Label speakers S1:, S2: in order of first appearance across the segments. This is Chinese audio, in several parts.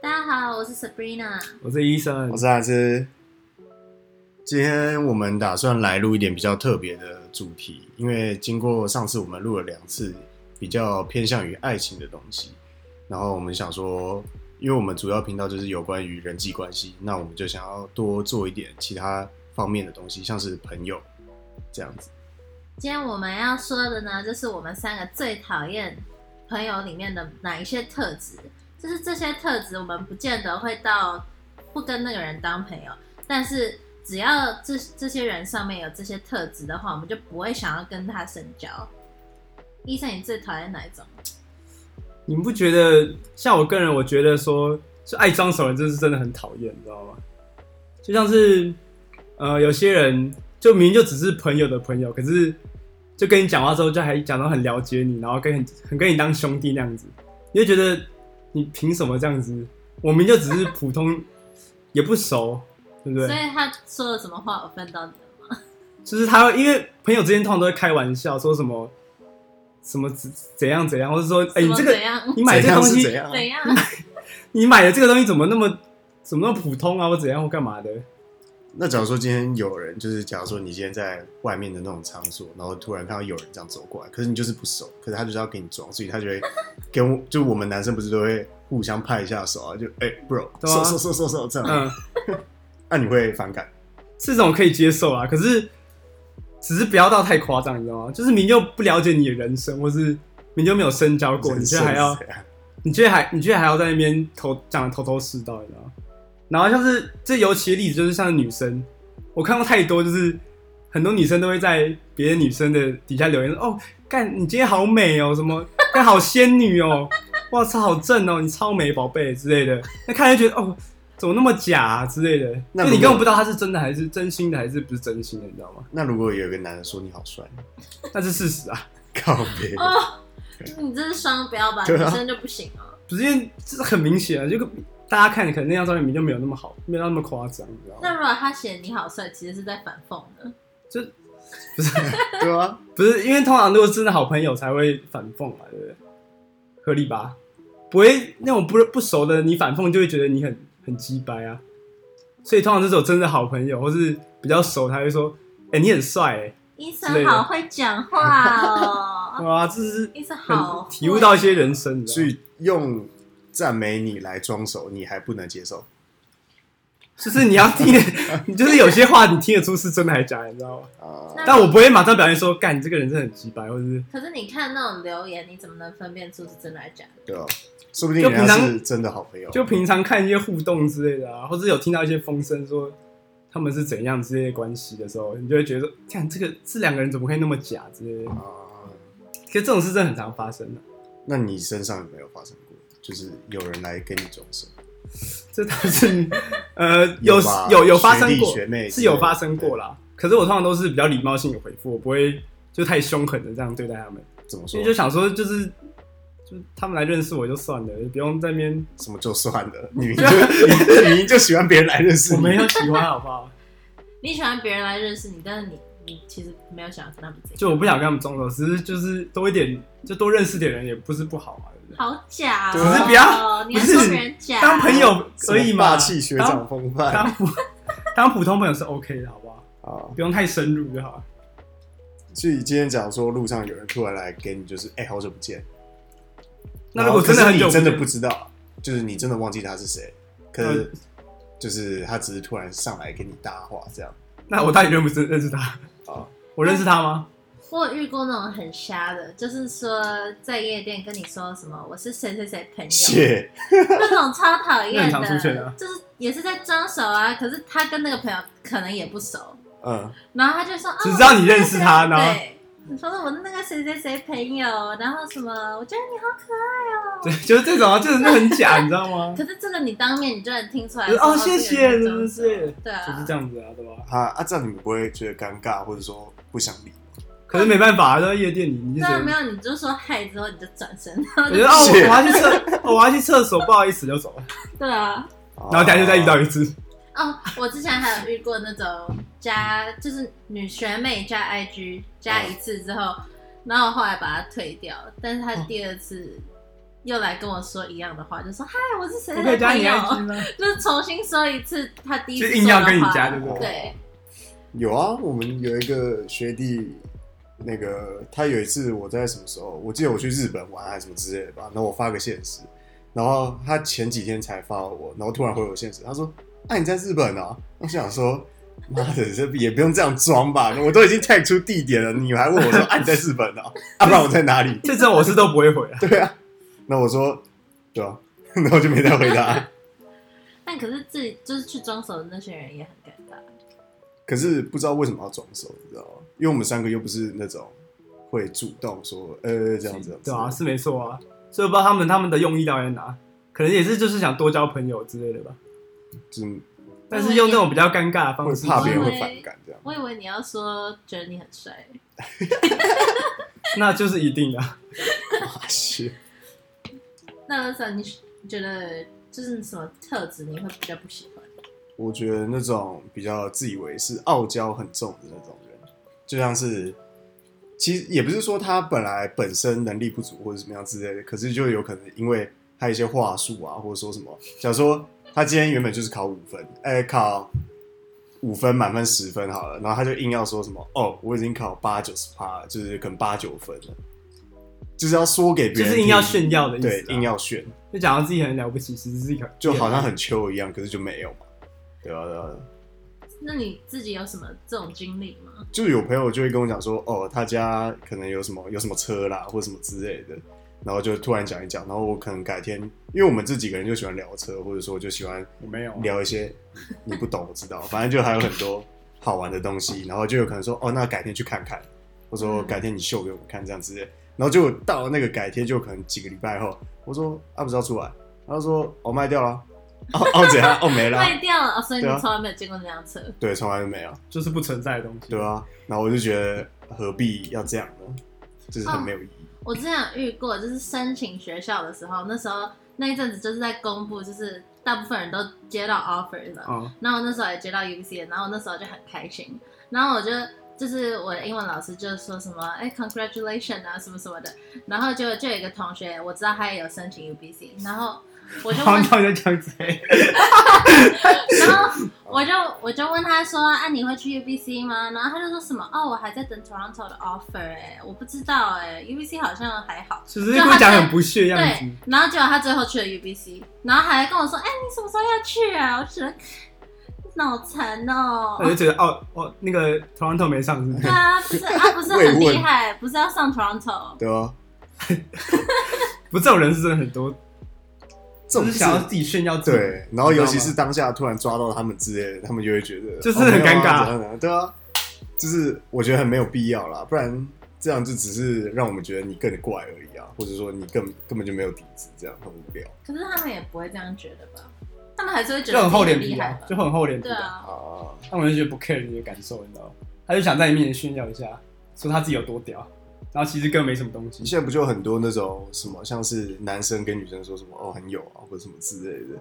S1: 大家好，我是 Sabrina。
S2: 我是医生
S3: 我，是阿芝。今天我们打算来录一点比较特别的主题，因为经过上次我们录了两次比较偏向于爱情的东西，然后我们想说，因为我们主要频道就是有关于人际关系，那我们就想要多做一点其他方面的东西，像是朋友这样子。
S1: 今天我们要说的呢，就是我们三个最讨厌朋友里面的哪一些特质，就是这些特质我们不见得会到不跟那个人当朋友，但是只要这这些人上面有这些特质的话，我们就不会想要跟他深交。医生，你最讨厌哪一种？
S2: 你不觉得？像我个人，我觉得说，是爱装熟人，这是真的很讨厌，你知道吗？就像是，呃，有些人就明明就只是朋友的朋友，可是就跟你讲话之后，就还假装很了解你，然后跟很很跟你当兄弟那样子，你就觉得你凭什么这样子？我明明就只是普通，也不熟，对不对
S1: 所？以他说了什么话我分到你了吗？
S2: 就是他会因为朋友之间通常都会开玩笑，说什么什么怎怎样怎样，或者说哎、
S1: 什
S2: 你
S1: 么
S2: 这个啊
S1: 怎样
S2: 你买这个东西
S3: 怎样是怎
S1: 怎
S3: 样？
S1: 样？
S2: 你买的这个东西怎么那么怎么那么普通啊，或怎样或干嘛的？
S3: 那假如说今天有人，就是假如说你今天在外面的那种场所，然后突然看到有人这样走过来，可是你就是不熟，可是他就是要给你装，所以 他就会跟我，就我们男生不是都会互相拍一下手啊，就哎、bro，
S2: 对啊
S3: 手手手手手这样，
S2: 嗯，
S3: 那、你会反感？
S2: 这种可以接受啊，可是只是不要到太夸张，你知道吗？就是明就不了解你的人生，或是明就没有深交过，你
S3: 这
S2: 却还要，你却还你却还要在那边头讲的头头是道，你知道吗？然后像是这尤其的例子，就是像女生，我看过太多，就是很多女生都会在别的女生的底下留言说哦，干你今天好美哦，什么干好仙女哦，哇操好正哦，你超美宝贝之类的，那看就觉得哦。怎么那么假、啊、之类的？
S3: 那
S2: 就你
S3: 如
S2: 根
S3: 果
S2: 本不知道他是真的还是真心的，还是不是真心的，你知道吗？
S3: 那如果有一个男的说你好帅，
S2: 那是事实啊，
S3: 告别，
S1: 哦，你这是双标吧？
S3: 对啊
S1: 女生就不行哦。
S2: 不是因为这很明显啊，就跟大家看可能那张照片明就没有那么好，没有那么夸张，你知道吗？
S1: 那如果他写你好帅，其实是在反讽呢？
S2: 就不是
S3: 对啊，
S2: 不是，因为通常都是真的好朋友才会反讽嘛，对不对？合理吧？不会那种不不熟的你反讽就会觉得你很很鸡掰啊，所以通常这种真的好朋友或是比较熟，他会说：“哎、你很帅、欸，
S1: 医
S2: 之类
S1: 生
S2: 的
S1: 好会讲话 哦，
S2: 哇，这是
S1: 医生
S2: 很
S1: 好会
S2: 体悟到一些人生，你知道
S3: 所
S2: 吗
S3: 以用赞美你来装熟，你还不能接受，
S2: 就是你要听， 你就是有些话你听得出是真的还是假的，你知道吗？
S3: 啊、
S1: 那
S2: 但我不会马上表现说，干你这个人真的很鸡掰，或者是
S1: 可是你看那种留言，你怎么能分辨出是真的还是假的？
S3: 对啊，说不定
S2: 就
S3: 人家
S2: 平常
S3: 是真的好朋友，
S2: 就平常看一些互动之类的啊，或者有听到一些风声说他们是怎样之类的关系的时候，你就会觉得说，看这个这两个人怎么可以那么假之类的。
S3: 啊、
S2: 其实这种事真的很常发生的、
S3: 那你身上有没有发生过，就是有人来跟你装熟？
S2: 这倒是 呃有
S3: 有吧
S2: 有有发生过，
S3: 学弟学妹之
S2: 是
S3: 类的
S2: 有发生过啦。可是我通常都是比较礼貌性的回复，我不会就太凶狠的这样对待他们，
S3: 怎么
S2: 所
S3: 说
S2: 以？就想说就是。就他们来认识我就算了，也不用在那 边。
S3: 什么就算了，你明就你明明就喜欢别人来认识
S2: 我
S3: 你，
S2: 没有喜欢，好不好？
S1: 你喜欢别人来认识你，但是你你其实没有想要跟他们怎样，
S2: 就我不想跟他们装熟，只是就是多一点，就多认识点人也不是不好嘛，对不对？
S1: 好假哦！
S3: 对啊只是
S2: 不要
S1: 你还
S2: 不是
S1: 说别人假，
S2: 当朋友
S3: 什
S2: 而
S3: 么
S2: 已嘛，
S3: 霸气学长风
S2: 当
S3: 范
S2: 当普当普通朋友是 OK 的，好不好？
S3: 啊！
S2: 不用太深入就好了。
S3: 所以今天假如说路上有人突然来跟你，就是哎、好久不见，
S2: 那如果
S3: 然后
S2: 真的很
S3: 哦可是
S2: 久
S3: 你真的
S2: 见呃
S3: 不知道，就是你真的忘记他是谁，可是就是他只是突然上来跟你搭话这样
S2: 那我到底认不认认识他？
S3: 啊，
S2: 我认识他吗？
S1: 我有遇过那种很瞎的，就是说在夜店跟你说什么我是谁谁谁朋友，
S3: 谢
S1: 那种超讨厌
S2: 那很常出现
S1: 的，
S2: 啊
S1: 就是也是在装熟啊，可是他跟那个朋友可能也不熟，
S3: 嗯，
S1: 然后他就说，哦
S2: 只知道你认识他然后
S1: 对，你说是我那个谁谁谁朋友，然后什么，我觉得你好可爱哦。
S2: 对，就是这种啊，就是很假，你知道吗？
S1: 可是这个你当面你就能听出来
S2: 就是
S1: 说，
S2: 哦，
S1: 这个
S2: 谢
S1: 人
S2: 谢，
S1: 就是装熟？
S2: 不是
S1: 对啊，
S2: 就是这样子啊，对吧？
S3: 啊啊，这样你们不会觉得尴尬，或者说不想理？
S2: 可是没办法，到夜店里你是
S1: 对啊，
S2: 谁
S1: 没？有你就说嗨之后你就转身，然后
S2: 我
S1: 就
S2: 觉得哦，我
S3: 谢
S2: 我要去厕，哦我要去厕所，不好意思就
S3: 哦
S2: 走了。
S1: 对啊。
S2: 然后等下就再遇到
S3: 啊
S2: 一次，
S1: 哦，我之前还有遇
S2: 哦
S1: 过那种加，就是女学妹加 IG 加一次之后，然后我后来把他退掉了，但是他第二次又来跟我说一样的话，就说嗨，我是谁
S2: 我可
S1: 谁的
S2: 以加
S1: 朋
S2: 你
S1: 友
S2: IG，吗？
S1: 就是重新说一次他第一次
S2: 就硬要
S1: 说的
S2: 跟你
S1: 话
S2: 加对不对
S1: 对，
S3: 有啊，我们有一个学弟，那个他有一次我在什么时候，我记得我去日本玩还是什么之类的吧，然后我发个现实，然后他前几天才发我，然后突然回我现实，他说：“啊，你在日本啊？”我想说。妈的，这也不用这样装吧！我都已经 tag 出地点了，你还问我说：“啊，你在日本啊？啊，不然我在哪里
S2: 这种我是都不会回啊？”。
S3: 对啊，那我说：“对啊。”然后我就没再回答。
S1: 但可是自己就是去装熟的那些人也很尴尬，
S3: 可是不知道为什么要装熟，你知道吗？因为我们三个又不是那种会主动说呃这样子，
S2: 对啊，是没错啊，所以不知道他们他们的用意到底在哪，可能也是就是想多交朋友之类的吧。
S3: 就是
S2: 但是用那种比较尴尬的方
S3: 会
S2: 式，
S3: 怕别人会反感 这样。
S1: 我以为你要说觉得你很帅，
S2: 那就是一定的啊。
S3: 哇塞，
S1: 那乐上你觉得就是什么特质你会比较不喜欢？
S3: 我觉得那种比较自以为是、傲娇很重的那种人，就像是。其实也不是说他本来本身能力不足或者怎么样之类的，可是就有可能因为他一些话术啊，或者说什么，假如说他今天原本就是考五分，哎、考五分满分十分好了，然后他就硬要说什么哦，我已经考八九十趴了，就是可能八九分了，就是要说给别
S2: 就
S3: 人听，
S2: 是硬要炫耀的意思
S3: 对
S2: 啊，
S3: 硬要炫，
S2: 就讲到自己很了不起，其实自己很
S3: 就好像很秋一样，可是就没有嘛，对啊？对啊
S1: 那你自己有什么这种经历吗？
S3: 就有朋友就会跟我讲说，哦，他家可能有什么有什么车啦，或什么之类的，然后就突然讲一讲，然后我可能改天，因为我们这几个人就喜欢聊车，或者说就喜欢
S2: 我没有啊
S3: 聊一些你不懂我知道，反正就还有很多好玩的东西，然后就有可能说，哦，那改天去看看，我说
S1: 嗯
S3: 改天你秀给我们看这样之类，然后就到了那个改天就可能几个礼拜后，我说啊不知道出来，他说哦卖掉了，哦哦怎样，哦没了，
S1: 卖掉了，哦所以你
S3: 对啊
S1: 从来没有见过那辆车。
S3: 对，从来都没有。
S2: 就是不存在的东西，
S3: 对？啊，然后我就觉得何必要这样呢？就是很没有意义。
S1: 我之前有遇过，就是申请学校的时候，那时候那一阵子就是在公布，就是大部分人都接到 offer 了。
S2: 嗯，
S1: 然后我那时候也接到 UBC 的，然后我那时候就很开心。然后我就就是我的英文老师就说什么哎 congratulation 啊什么什么的，然后结果就有一个同学我知道他也有申请 UBC，然后我就
S2: 好，
S1: 问
S2: 你，到底在讲谁？
S1: 然后我就我就问他说啊你会去 UBC 吗？然后他就说什么哦我还在等 Toronto 的 offer 哎、我不知道哎、UBC 好像还好。
S2: 就是故意讲很不屑的样子
S1: 对，，然后结果他最后去了 UBC，然后还跟我说：“哎、你什么时候要去啊？”我觉得脑残哦
S2: 我。就觉得哦哦，那个 Toronto 没上是不
S1: 对
S2: 是？
S1: 啊，不是啊，不是很厉害，不是要上 Toronto。
S3: 对啊，
S2: 不，这种人是真的很多，就
S3: 这种
S2: 是
S3: 事
S2: 想要自己炫耀自己。
S3: 对，然后尤其
S2: 你知道
S3: 是
S2: 吗
S3: 当下突然抓到他们之类的，他们就会觉得
S2: 就是
S3: 哦
S2: 很
S3: 没有啊
S2: 尴尬
S3: 怎样怎样对啊，就是我觉得很没有必要啦，不然这样就只是让我们觉得你更怪而已啊，或者说你根根本就没有底子，这样很无聊
S1: 可是他们也不会这样觉得吧？他们还是会觉
S2: 就
S1: 得
S2: 很
S1: 自
S2: 厚
S1: 己很
S2: 脸
S1: 厉
S2: 皮
S1: 害
S2: 啊
S1: 吧，？
S2: 就很厚脸皮
S1: 对
S2: 啊。
S1: 啊，
S3: 啊。
S2: 他们就觉得不 care 你的感受，你知道吗？他就想在你面前炫耀一下，说他自己有多屌，然后其实根本没什么东西。
S3: 现在不就很多那种什么，像是男生跟女生说什么哦很有啊，或者什么之类的，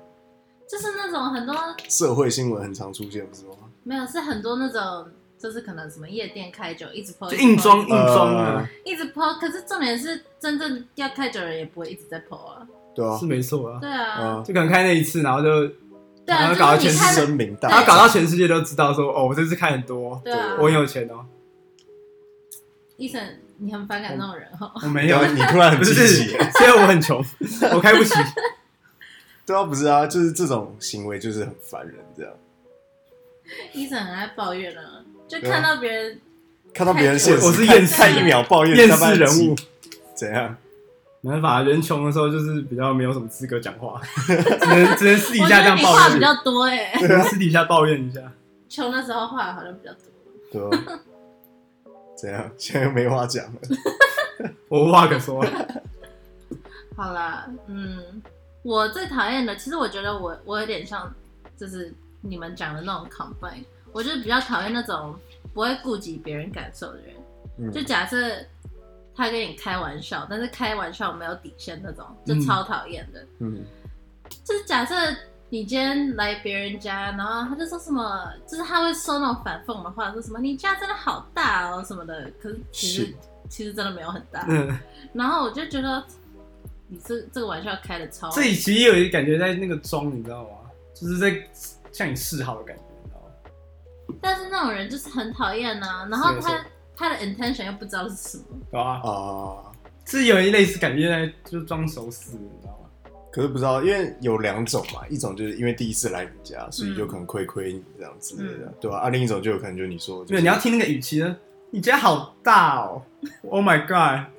S1: 就是那种很多
S3: 社会新闻很常出现，不是吗？
S1: 没有是很多那种。就是可能什么夜店开酒一直 po，
S2: 就硬装
S1: 一直
S2: 硬装
S3: 呃
S2: 啊，
S1: po 一直 po，可是重点是真正要开酒的人也不会一直在 po 啊，
S3: 对啊
S2: 是，没错啊。
S1: 对啊，
S3: 啊，
S2: 就可能开那一次，然后就
S1: 对啊，
S2: 然后搞到
S1: 就是
S2: 全
S1: 你看
S2: 身
S3: 声明大
S2: 然
S3: 发，
S2: 后搞到全世界都知道说，哦，我这次开很多，
S1: 对啊，
S2: 我很有钱哦，
S1: 医生，你很反感那种人哦哈。
S2: 我没
S3: 没
S2: 有
S3: 有，，你突然很
S2: 不
S3: 积
S2: 是，
S3: 极，
S2: 虽然我很穷，我开不起。
S3: 对啊，不是啊，就是这种行为就是很烦人，这样
S1: 医生很爱抱怨啊，就
S3: 对啊
S1: 看到别人，
S3: 看到别人现实，
S2: 我我是厌世
S3: 看一秒抱怨
S2: 厌世
S3: 下半集
S2: 人物，
S3: 怎样？
S2: 没办法，人穷的时候就是比较没有什么资格讲话，只能只能私底
S1: 我觉
S2: 下这
S1: 得
S2: 样
S1: 你
S2: 抱
S1: 话比
S2: 怨，
S1: 较多哎、
S2: 只能私底下抱怨一下。
S1: 穷的时候话好像比较多。
S3: 对啊，怎样？现在又没话讲了，
S2: 我无话可说，啊
S1: 好啦，嗯，我最讨厌的，其实我觉得我我有点像，就是你们讲的那种 combine，我就是比较讨厌那种不会顾及别人感受的人。
S3: 嗯
S1: 就，假设他跟你开玩笑，但是开玩笑没有底线那种，就
S2: 嗯
S1: 超讨厌的。
S3: 嗯，
S1: 就是假设你今天来别人家，然后他就说什么，就是他会说那种反讽的话，说什么你家真的好大哦什么的。可是其实
S3: 是
S1: 其实真的没有很大。
S2: 嗯，
S1: 然后我就觉得你这这个玩笑开的超好，
S2: 这里其实有一感觉在那个装，你知道吗？就是在向你示好的感觉，你知道吗？
S1: 但是那种人就是很讨厌呐。然后
S2: 是
S1: 他
S2: 是
S1: 他的 intention 又不知道是什么，
S2: 对吧？
S3: 啊、
S2: 是有一类似感觉在就是装熟死，你知道吗？
S3: 可是不知道，因为有两种嘛，一种就是因为第一次来你家，所
S2: 嗯
S3: 以就可能亏亏你这样之类的，对吧、啊？另一种就有可能就是你说，就
S2: 对，嗯
S3: 是
S2: 你要听那个语气呢，你家好大哦，Oh my god，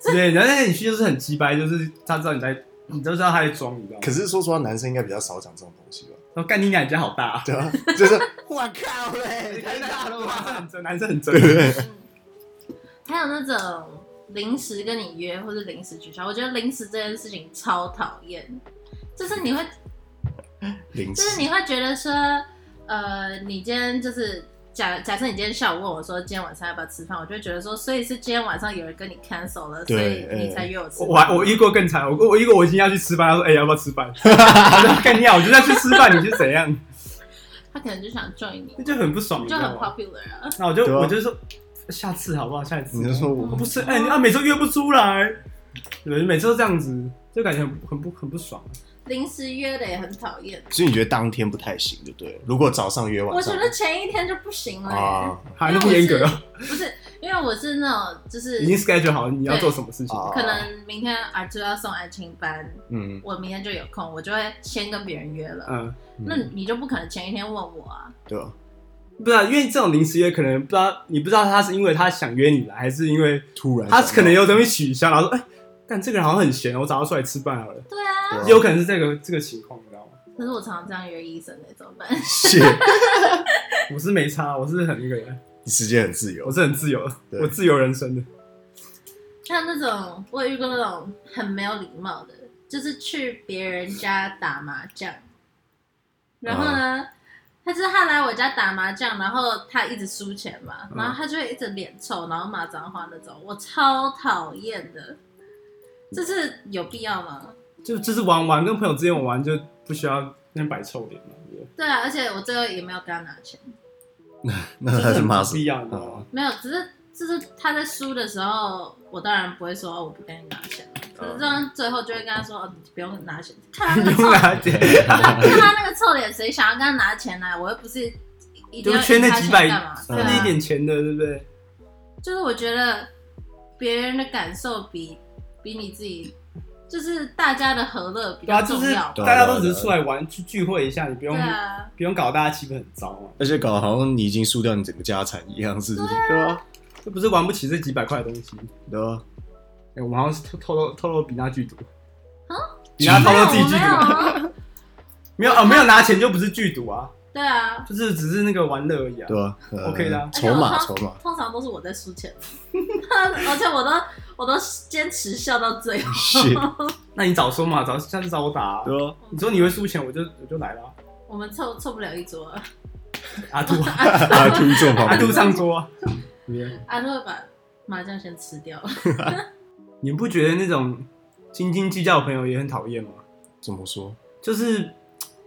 S2: 之类的，然后那个语气就是很鸡掰，就是他知道你在，你都知道他在装，你知道吗？
S3: 可是说实话，男生应该比较少讲这种东西吧？
S2: 然后干你奶，你家好大、啊，
S3: 对啊， 就是我靠 嘞，太大了
S2: 男生
S3: 吧？
S2: 很真，男生很
S3: 对不
S2: 真，
S3: 对？
S1: 还有那种临时跟你约或者临时取消，我觉得临时这件事情超讨厌，就是你 会
S3: 零
S1: 就是你会觉得说，呃，你今天就是假假设你今天下午问我说今天晚上要不要吃饭，我就会觉得说，所以是今天晚上有人跟你 cancel 了，所以
S3: 对
S1: 你才约我吃
S2: 呃我
S1: 饭。
S2: 我还我遇过更惨，我我遇过我已经要去吃饭，他说哎、要不要吃饭？我说干你啊，我就要去吃饭，你是怎样？
S1: 他可能就想 join 你，
S2: 那就很不爽，你知
S1: 就很
S2: 道吗？
S1: popular 啊。
S2: 那我就
S3: 对啊
S2: 我就说下次好不好？下一次
S3: 你就说我
S1: 嗯
S2: 我不吃，哎、你啊每次都约不出来，对，每次都这样子，就感觉很很不很不爽。
S1: 临时约的也很讨厌，
S3: 所以你觉得当天不太行，就对了。如果早上约
S1: 我
S3: 晚
S1: 觉
S3: 上
S1: 得前一天就不行了、
S3: 啊
S2: 还那么严格，哦
S1: 不是因为我是那种就是
S2: 已经 schedule 好你要做什么事情。
S3: 啊，
S1: 可能明天阿就要送爱情班，
S3: 嗯，
S1: 我明天就有空，我就会先跟别人约了。
S2: 嗯，
S3: 嗯
S1: 那你就不可能前一天问我啊？
S3: 对吧？
S2: 不知道，因为这种临时约可能不知道，你不知道他是因为他想约你来，还是因为
S3: 突然
S2: 他
S3: 想到
S2: 可能有东西取消，然后说，哎、但这个人好像很闲，我找他出来吃饭好了，
S1: 对啊，
S3: 对啊
S2: 有可能是这个这个情况，你知道吗？
S1: 可是我常常这样约医生的、怎么办？
S3: 是，
S2: 我是没差，我是很那个人，
S3: 你时间很自由
S2: 我，是很自由的，
S3: 对
S2: 我自由人生的。
S1: 像那种我也遇过那种很没有礼貌的，就是去别人家打麻将，然后
S2: 嗯
S1: 呢，他就是他来我家打麻将，然后他一直输钱嘛，
S2: 嗯
S1: 然后他就会一直脸臭，然后骂脏话那种，我超讨厌的。这是有必要吗？
S2: 就就是玩玩跟朋友之间玩就不需要那边摆臭脸 嘛，对不对
S1: 对啊，而且我最后也没有跟他拿钱，
S3: 那他是骂
S2: 这很
S3: 什
S2: 不必
S3: 么？
S2: 要，你知道吗？
S1: 没有，只是就是他在输的时候，我当然不会说、哦我不跟你拿钱了，可是这样最后就会跟他说哦，你不用拿钱，看他
S2: 嗯不
S1: 那个
S2: 用
S1: 臭
S2: 拿钱，
S1: 看他那个臭脸，谁想要跟他拿钱来？我又不是一定
S2: 就
S1: 要
S2: 是缺那
S1: 赢他
S2: 几
S1: 钱
S2: 百，嗯
S1: 干嘛？
S2: 就
S1: 对
S2: 那一
S1: 啊，
S2: 点钱的，对不对？
S1: 就是我觉得别人的感受比比你自己，就是大家的和乐比
S2: 对啊，啊
S1: 较
S2: 就
S1: 重
S2: 是
S1: 要。
S2: 大家都只是出来玩去聚会一下，你不用
S1: 对啊，
S2: 不用搞大家气氛很糟啊嘛。
S3: 而且搞得好像你已经输掉你整个家产一样，是不是？对啊，
S2: 这不是玩不起这几百块的东西。
S3: 对啊，
S2: 哎、我们好像是透透露透露比那剧毒
S1: 啊，
S2: 比那透
S1: 没有
S2: 露自己剧
S1: 没有
S2: 毒，
S1: 啊，
S2: 没有啊，没有拿钱就不是剧毒啊，
S1: 对啊，
S2: 就是只是那个玩乐而已啊。
S3: 对啊呃
S2: OK 的啊
S3: 筹码
S1: 而且
S3: 筹
S1: 我
S3: 码，
S1: 通常都是我在输钱， 而且我都我都坚持笑到最后。
S3: 是，
S2: 那你早说嘛，早下次找我打、啊。
S3: 对啊，
S2: 你说你会输钱，我就我就来了啊、
S1: 我们凑凑不了一桌啊，
S2: 阿杜啊，
S3: 阿杜坐旁
S2: 阿杜
S3: 边，
S2: 上桌、啊。对
S1: 阿都会把麻将先吃掉。
S2: 你不觉得那种斤斤计较的朋友也很讨厌吗？
S3: 怎么说？
S2: 就是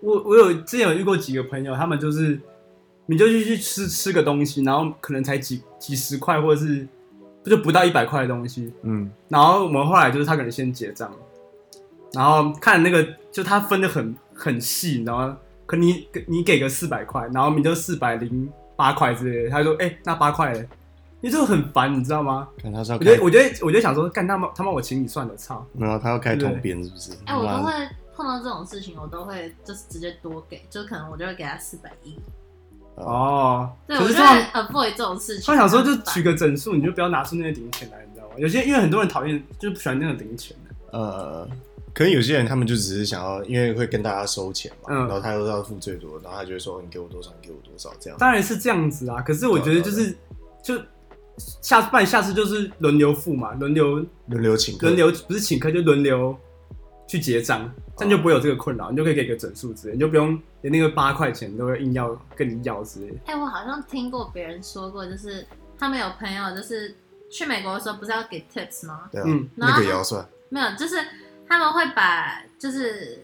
S2: 我我有之前有遇过几个朋友，他们就是你就去去吃吃个东西，然后可能才几几十块，或者是就不到一百块的东西，
S3: 嗯，
S2: 然后我们后来就是他可能先结账，然后看那个就他分的很很细，然后可你你给个四百块，然后你就四百零八块之类的，他就说哎、那八块嘞，因为这个很烦，你知道吗？
S3: 看他是要
S2: 我
S3: 开
S2: 觉，得我觉得我就想说干他妈他妈我请你算了，操！
S3: 然后他要开
S2: 对
S3: 通边是不是？
S1: 哎、我都
S3: 妈
S1: 会
S3: 的
S1: 碰到这种事情，我都会就是直接多给，就可能我就会给他四百一。
S3: 啊
S2: 哦，
S1: 对，
S2: 可
S1: 我
S2: 是
S1: 就
S2: 这样
S1: 会 avoid 这种事情。
S2: 他想说就
S1: 很烦
S2: 取个整数，你就不要拿出那些零钱来，你知道吗？有些因为很多人讨厌，就是不喜欢那种零钱的。
S3: 呃，可能有些人他们就只是想要，因为会跟大家收钱嘛，
S2: 嗯
S3: 然后他又要付最多，然后他就会说哦你给我多少，你给我多少这样。
S2: 当然是这样子啊，可是我觉得就是就下不然下次就是轮流付嘛，轮流
S3: 轮流请客，
S2: 轮流不是请客就轮流去结账，这样就不会有这个困扰，你就可以给个整数之类，你就不用连那个八块钱都会硬要跟你要之类的。
S1: 哎、我好像听过别人说过，就是他们有朋友就是去美国的时候不是要给 tips 吗？
S3: 对啊，
S2: 嗯
S3: 那个也要算，
S1: 没有，就是他们会把就是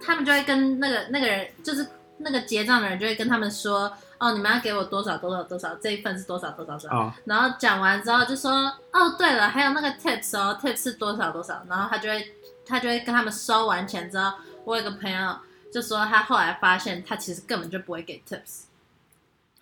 S1: 他们就会跟那个那个人就是那个结账的人就会跟他们说。哦，你们要给我多少多少多少，这一份是多少多少多少。
S2: 啊，
S1: 然后讲完之后就说，哦，对了，还有那个 tips 哦，tips 是多少多少，然后他就会他就会跟他们收完钱之后，我有个朋友就说他后来发现他其实根本就不会给 tips，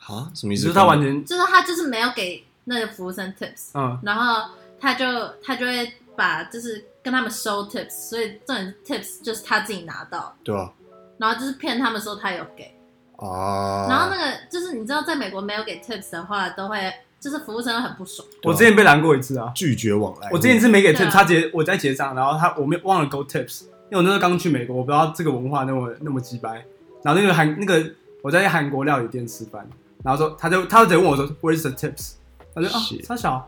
S3: 啊，什么
S2: 你
S3: 意思？
S2: 说他完全
S1: 就是他就是没有给那个服务生 tips，
S2: 嗯
S1: 然后他就他就会把就是跟他们收 tips，所以这种 tips 就是他自己拿到，
S3: 对啊吧？
S1: 然后就是骗他们说他有给。
S2: 哦
S3: 啊，
S1: 然后那个就是你知道，在美国没有给 tips 的话，都会就是服务生会很不爽。
S2: 我之前被拦过一次啊，
S3: 拒绝往来，
S2: 我之前是没给
S1: 对
S2: tips，
S1: 啊
S2: 他结我在结账，然后他我没有忘了勾 tips，因为我那时候刚去美国，我不知道这个文化那么那么鸡掰。然后那个韩那个我在韩国料理店吃饭，然后说他就他就直接问我说 Where's the tips？他就啊
S3: Shit
S2: 他小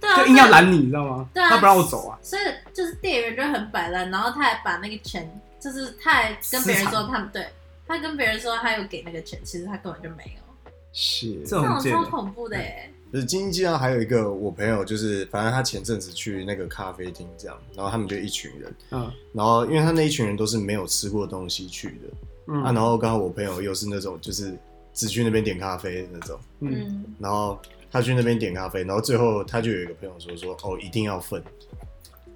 S1: 对啊，
S2: 就硬要拦你，你知道吗？
S1: 对啊
S2: 他不让我走啊。
S1: 所以就是店员就很摆烂，然后他还把那个钱，就是他还跟别人
S2: 私
S1: 说他们对，他跟别人说他有给那个钱，其实他根本就没有，
S3: 是
S1: 这
S2: 这种
S1: 种
S2: 很贱
S1: 超
S2: 的，
S1: 恐怖的耶！
S3: 就是经济上还有一个我朋友，就是反正他前阵子去那个咖啡厅这样，然后他们就一群人，
S2: 嗯
S3: 然后因为他那一群人都是没有吃过东西去的、啊，
S2: 嗯
S3: 然后刚好我朋友又是那种就是只去那边点咖啡的那种，
S2: 嗯，
S1: 嗯，
S3: 然后他去那边点咖啡，然后最后他就有一个朋友说说哦一定要分，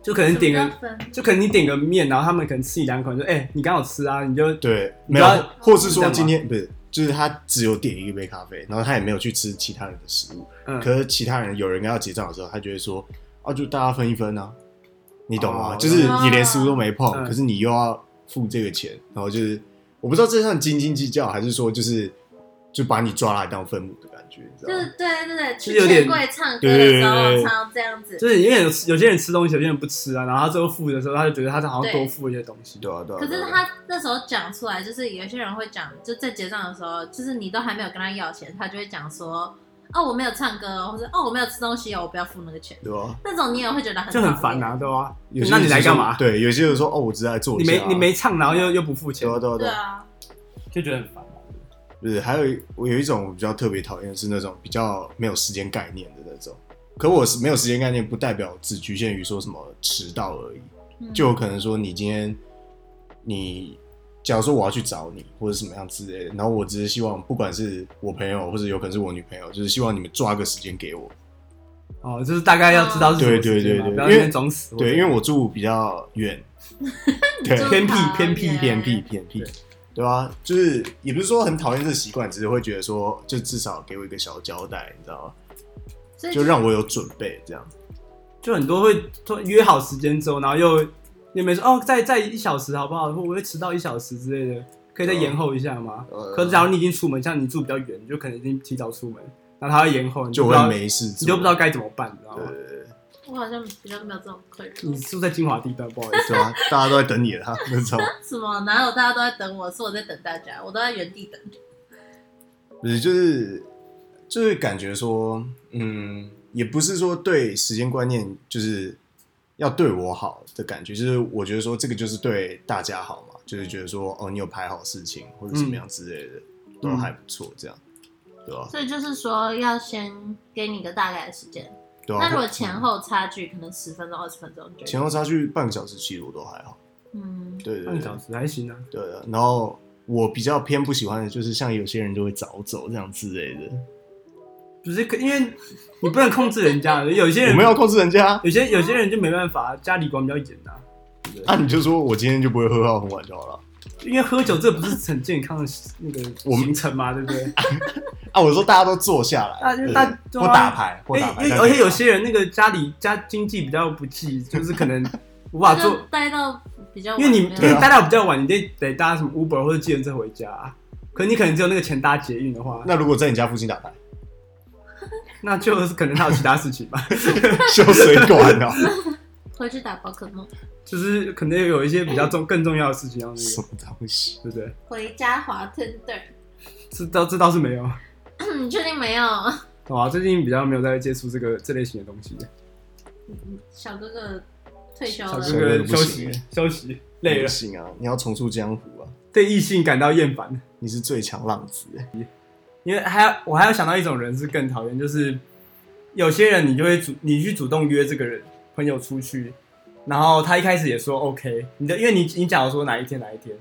S2: 就可能点
S1: 什么
S2: 个
S1: 叫分
S2: 就可能你点个面，然后他们可能吃一两口，就哎、你刚好吃啊，你就
S3: 对，
S2: 你
S3: 没
S2: 知
S3: 有
S2: 道，
S3: 或是说
S2: 是这样吗
S3: 今天不是，就是他只有点一杯咖啡，然后他也没有去吃其他人的食物，
S2: 嗯
S3: 可是其他人有人要结账的时候，他就会说啊，就大家分一分啊，你懂吗？
S2: 哦
S3: 就是你连食物都没碰，
S2: 嗯
S3: 可是你又要付这个钱，然后就是我不知道这算斤斤计较，还是说就是就把你抓来当分母的感觉，你知
S1: 就
S3: 道
S1: 是
S3: 吗？
S1: 对对对，去
S2: 其实有点
S1: 钱柜唱歌的时
S3: 对对对
S1: 候
S3: 对
S1: 常常这样子
S2: 就，是因为有有些人吃东西，有些人不吃啊，然后他最后付的时候，他就觉得他是好像多
S1: 对
S2: 付了一些东西。
S3: 对啊，对啊。
S1: 可
S3: 对
S1: 是
S3: 啊
S1: 他那时候讲出来，就是有些人会讲，就在结账的时候，就是你都还没有跟他要钱，他就会讲说。哦，我没有唱歌哦，或者哦，我没有吃东西哦，我不要付那个钱。
S3: 对啊，
S1: 那种你也会觉得很
S2: 就很
S1: 讨
S2: 烦
S1: 厌
S2: 啊，对啊。
S3: 有些
S2: 那你
S3: 人
S2: 来
S3: 就
S2: 干
S3: 说
S2: 嘛？
S3: 对，有些人说哦，我只是来做
S2: 你
S3: 一下啊、
S2: 没你没唱，然后又又不付钱
S3: 对，啊，对啊，
S1: 对
S3: 对啊。
S1: 啊，
S2: 就觉得很烦。
S3: 就是还有一我有一种我比较特别讨厌的是那种比较没有时间概念的那种。可我是没有时间概念，不代表只局限于说什么迟到而已。
S1: 嗯
S3: 就有可能说你今天你，假如说我要去找你或者什么样之类的，然后我只是希望，不管是我朋友或者有可能是我女朋友，就是希望你们抓个时间给我。
S2: 哦，就是大概要知道是什么
S3: 对对
S2: 时间嘛
S3: 对对
S2: 不要在那
S3: 因为
S2: 边装死。
S3: 对，因为我住比较 远，对，
S1: 住
S3: 偏僻
S1: 桃
S3: 偏僻
S1: 园
S3: 偏僻偏僻
S2: 对，
S3: 对啊，就是也不是说很讨厌这个习惯，只是会觉得说，就至少给我一个小交代，你知道吗？
S1: 所以
S3: 就让我有准备，这样。
S2: 就很多会突然约好时间之后，然后又又没说哦，再再一小时好不好？或我会迟到一小时之类的，可以再
S3: 对啊
S2: 延后一下吗？
S3: 呃
S2: 可是假如你已经出门，像你住比较远，你就可能已经提早出门，然后他会延后，你
S3: 就
S2: 不知道
S3: 会没事做，
S2: 你就不知道该怎么办，你知道
S3: 对
S2: 吗？
S3: 对对
S1: 我好像比较没有这种困扰
S2: 你。
S3: 嗯
S2: 住在金华地段，不好意思。
S3: 对啊，大家都在等你了，那种
S1: 什么？哪有大家都在等我？是我在等大家，我都在原地等。
S3: 不是就是就是感觉说，嗯，也不是说对时间观念就是要对我好的感觉，就是我觉得说这个就是对大家好嘛，就是觉得说哦，你有排好事情或者什么样之类的，都还不错，这样，对吧、
S1: 所以就是说，要先给你一个大概的时间。
S3: 对啊，
S1: 那如果前后差距可能十分钟、二十分钟，
S3: 前
S1: 就
S3: 后差距半个小时，其实我都还好，
S1: 嗯，
S3: 对对
S2: 半
S3: 对
S2: 个小时还行啊，
S3: 对的，然后我比较偏不喜欢的就是像有些人就会早走这样之类的，
S2: 不是可因为你不能控制人家，有些
S3: 我
S2: 人
S3: 们要控制人 家，
S2: 有些有些人就没办法，家里管比较严啊。
S3: 那、你就说我今天就不会喝到很晚就好了。
S2: 因为喝酒这不是很健康的那个
S3: 我们
S2: 行程嘛，对不 对？
S3: 啊，我说大家都坐下来，
S2: 啊就
S3: 对
S2: 大
S3: 对
S2: 对啊
S3: 嗯或打牌，或打
S2: 哎
S3: 牌，
S2: 因为
S3: 大家
S2: 而且
S3: 可以
S2: 有些人那个家里家经济比较不济，就是 可能无
S3: 啊
S2: 法
S1: 就
S2: 做，
S1: 待到比较晚
S2: 因为你
S1: 没
S2: 因
S1: 有
S2: 为
S3: 对啊
S2: 待到比较晚，你得得搭什么 Uber 或者计程车回家啊、可你可能只有那个钱搭捷运的话，那
S3: 那如果在你家附近打牌，
S2: 那就是可能他有其他事情吧，
S3: 修水管啊，
S1: 回去打宝可梦，
S2: 就是可能有一些比较重更重要的事情要那
S3: 什
S2: 个，
S3: 么东西？
S2: 对不对？
S1: 回家滑 Tinder。
S2: 这倒这倒是没有，
S1: 你确定没有？
S2: 好吧？最近比较没有在接触这个这类型的东西，
S1: 小哥哥退休
S2: 小
S1: 了，
S2: 哥哥
S3: 不
S2: 休
S3: 行
S2: 息休息累
S3: 不
S2: 了，
S3: 行啊，你要重出江湖啊，
S2: 对异性感到厌烦。
S3: 你是最强浪子。欸
S2: 因为还有我还有想到一种人是更讨厌，就是有些人你就会主你去主动约这个人朋友出去，然后他一开始也说 OK，你的因为你你假如说哪一天哪一天，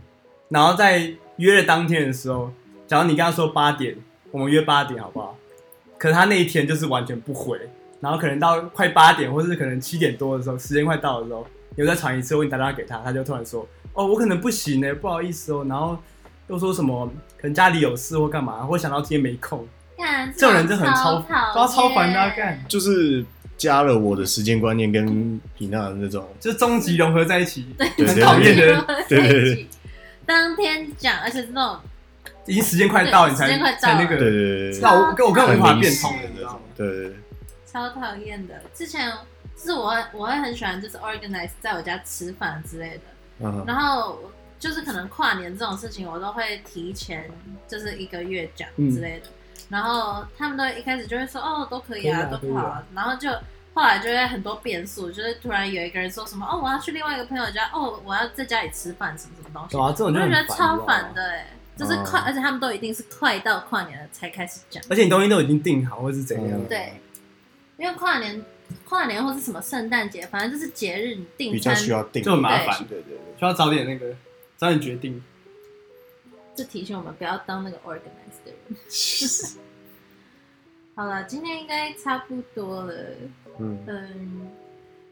S2: 然后在约的当天的时候，假如你跟他说八点，我们约八点好不好？可是他那一天就是完全不回，然后可能到快八点，或是可能七点多的时候，时间快到的时候，你又再传一次，问你打电话给他，他就突然说：“哦，我可能不行呢、不好意思哦。”然后又说什么可能家里有事或干嘛，或想到今天没空，
S1: 看
S2: 这种人真的很超
S1: 超，
S2: 都要超
S1: 烦
S2: 烦的、啊，干，
S3: 就是加了我的时间观念跟皮娜的那种，
S2: 就终极融合在一起，
S3: 对
S2: 很 讨厌的人，
S3: 对对对
S1: 对。当天讲，而且是那种
S2: 已经时间快到，你才
S1: 时间快到
S2: 才那
S3: 对对
S2: 个，
S3: 对对
S2: 那我跟我跟我无法变通
S1: 很明显
S2: 了，你知道吗？
S3: 对对对，
S1: 超讨厌的。之前就是我会我会很喜欢，就是 organize 在我家吃饭之类的。
S3: 嗯哼，
S1: 然后就是可能跨年这种事情，我都会提前就是一个月讲之类的。然后他们都一开始就会说哦都可以啊，
S2: 嗯可以啊
S1: 都好啊。然后就后来就会很多变数，就是突然有一个人说什么哦我要去另外一个朋友家，哦我要在家里吃饭什么什么东西，
S2: 对啊，这种
S1: 我
S2: 就
S1: 就
S2: 很
S1: 觉得超
S2: 烦哦
S1: 烦。
S2: 嗯
S1: 的哎、就是快，而且他们都一定是快到跨年了才开始讲。
S2: 而且你东西都已经定好，或是怎样
S3: 嗯？
S1: 对，因为跨年、跨年或是什么圣诞节，反正就是节日，你订
S3: 比较
S1: 餐
S3: 需要定，
S2: 就很麻烦
S3: 对对对，
S2: 需要早点那个，早点决定。
S1: 就提醒我们不要当那个 organized 的人。 好了，今天应该差不多了。
S3: 嗯，
S1: 嗯，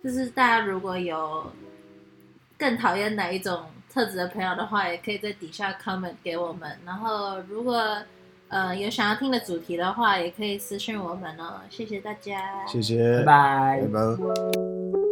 S1: 就是大家如果有更讨厌哪一种特质的朋友的话，也可以在底下 comment 给我们。然后如果呃有想要听的主题的话，也可以私信我们哦。谢谢大家，
S3: 谢谢，
S2: 拜。
S3: 拜拜。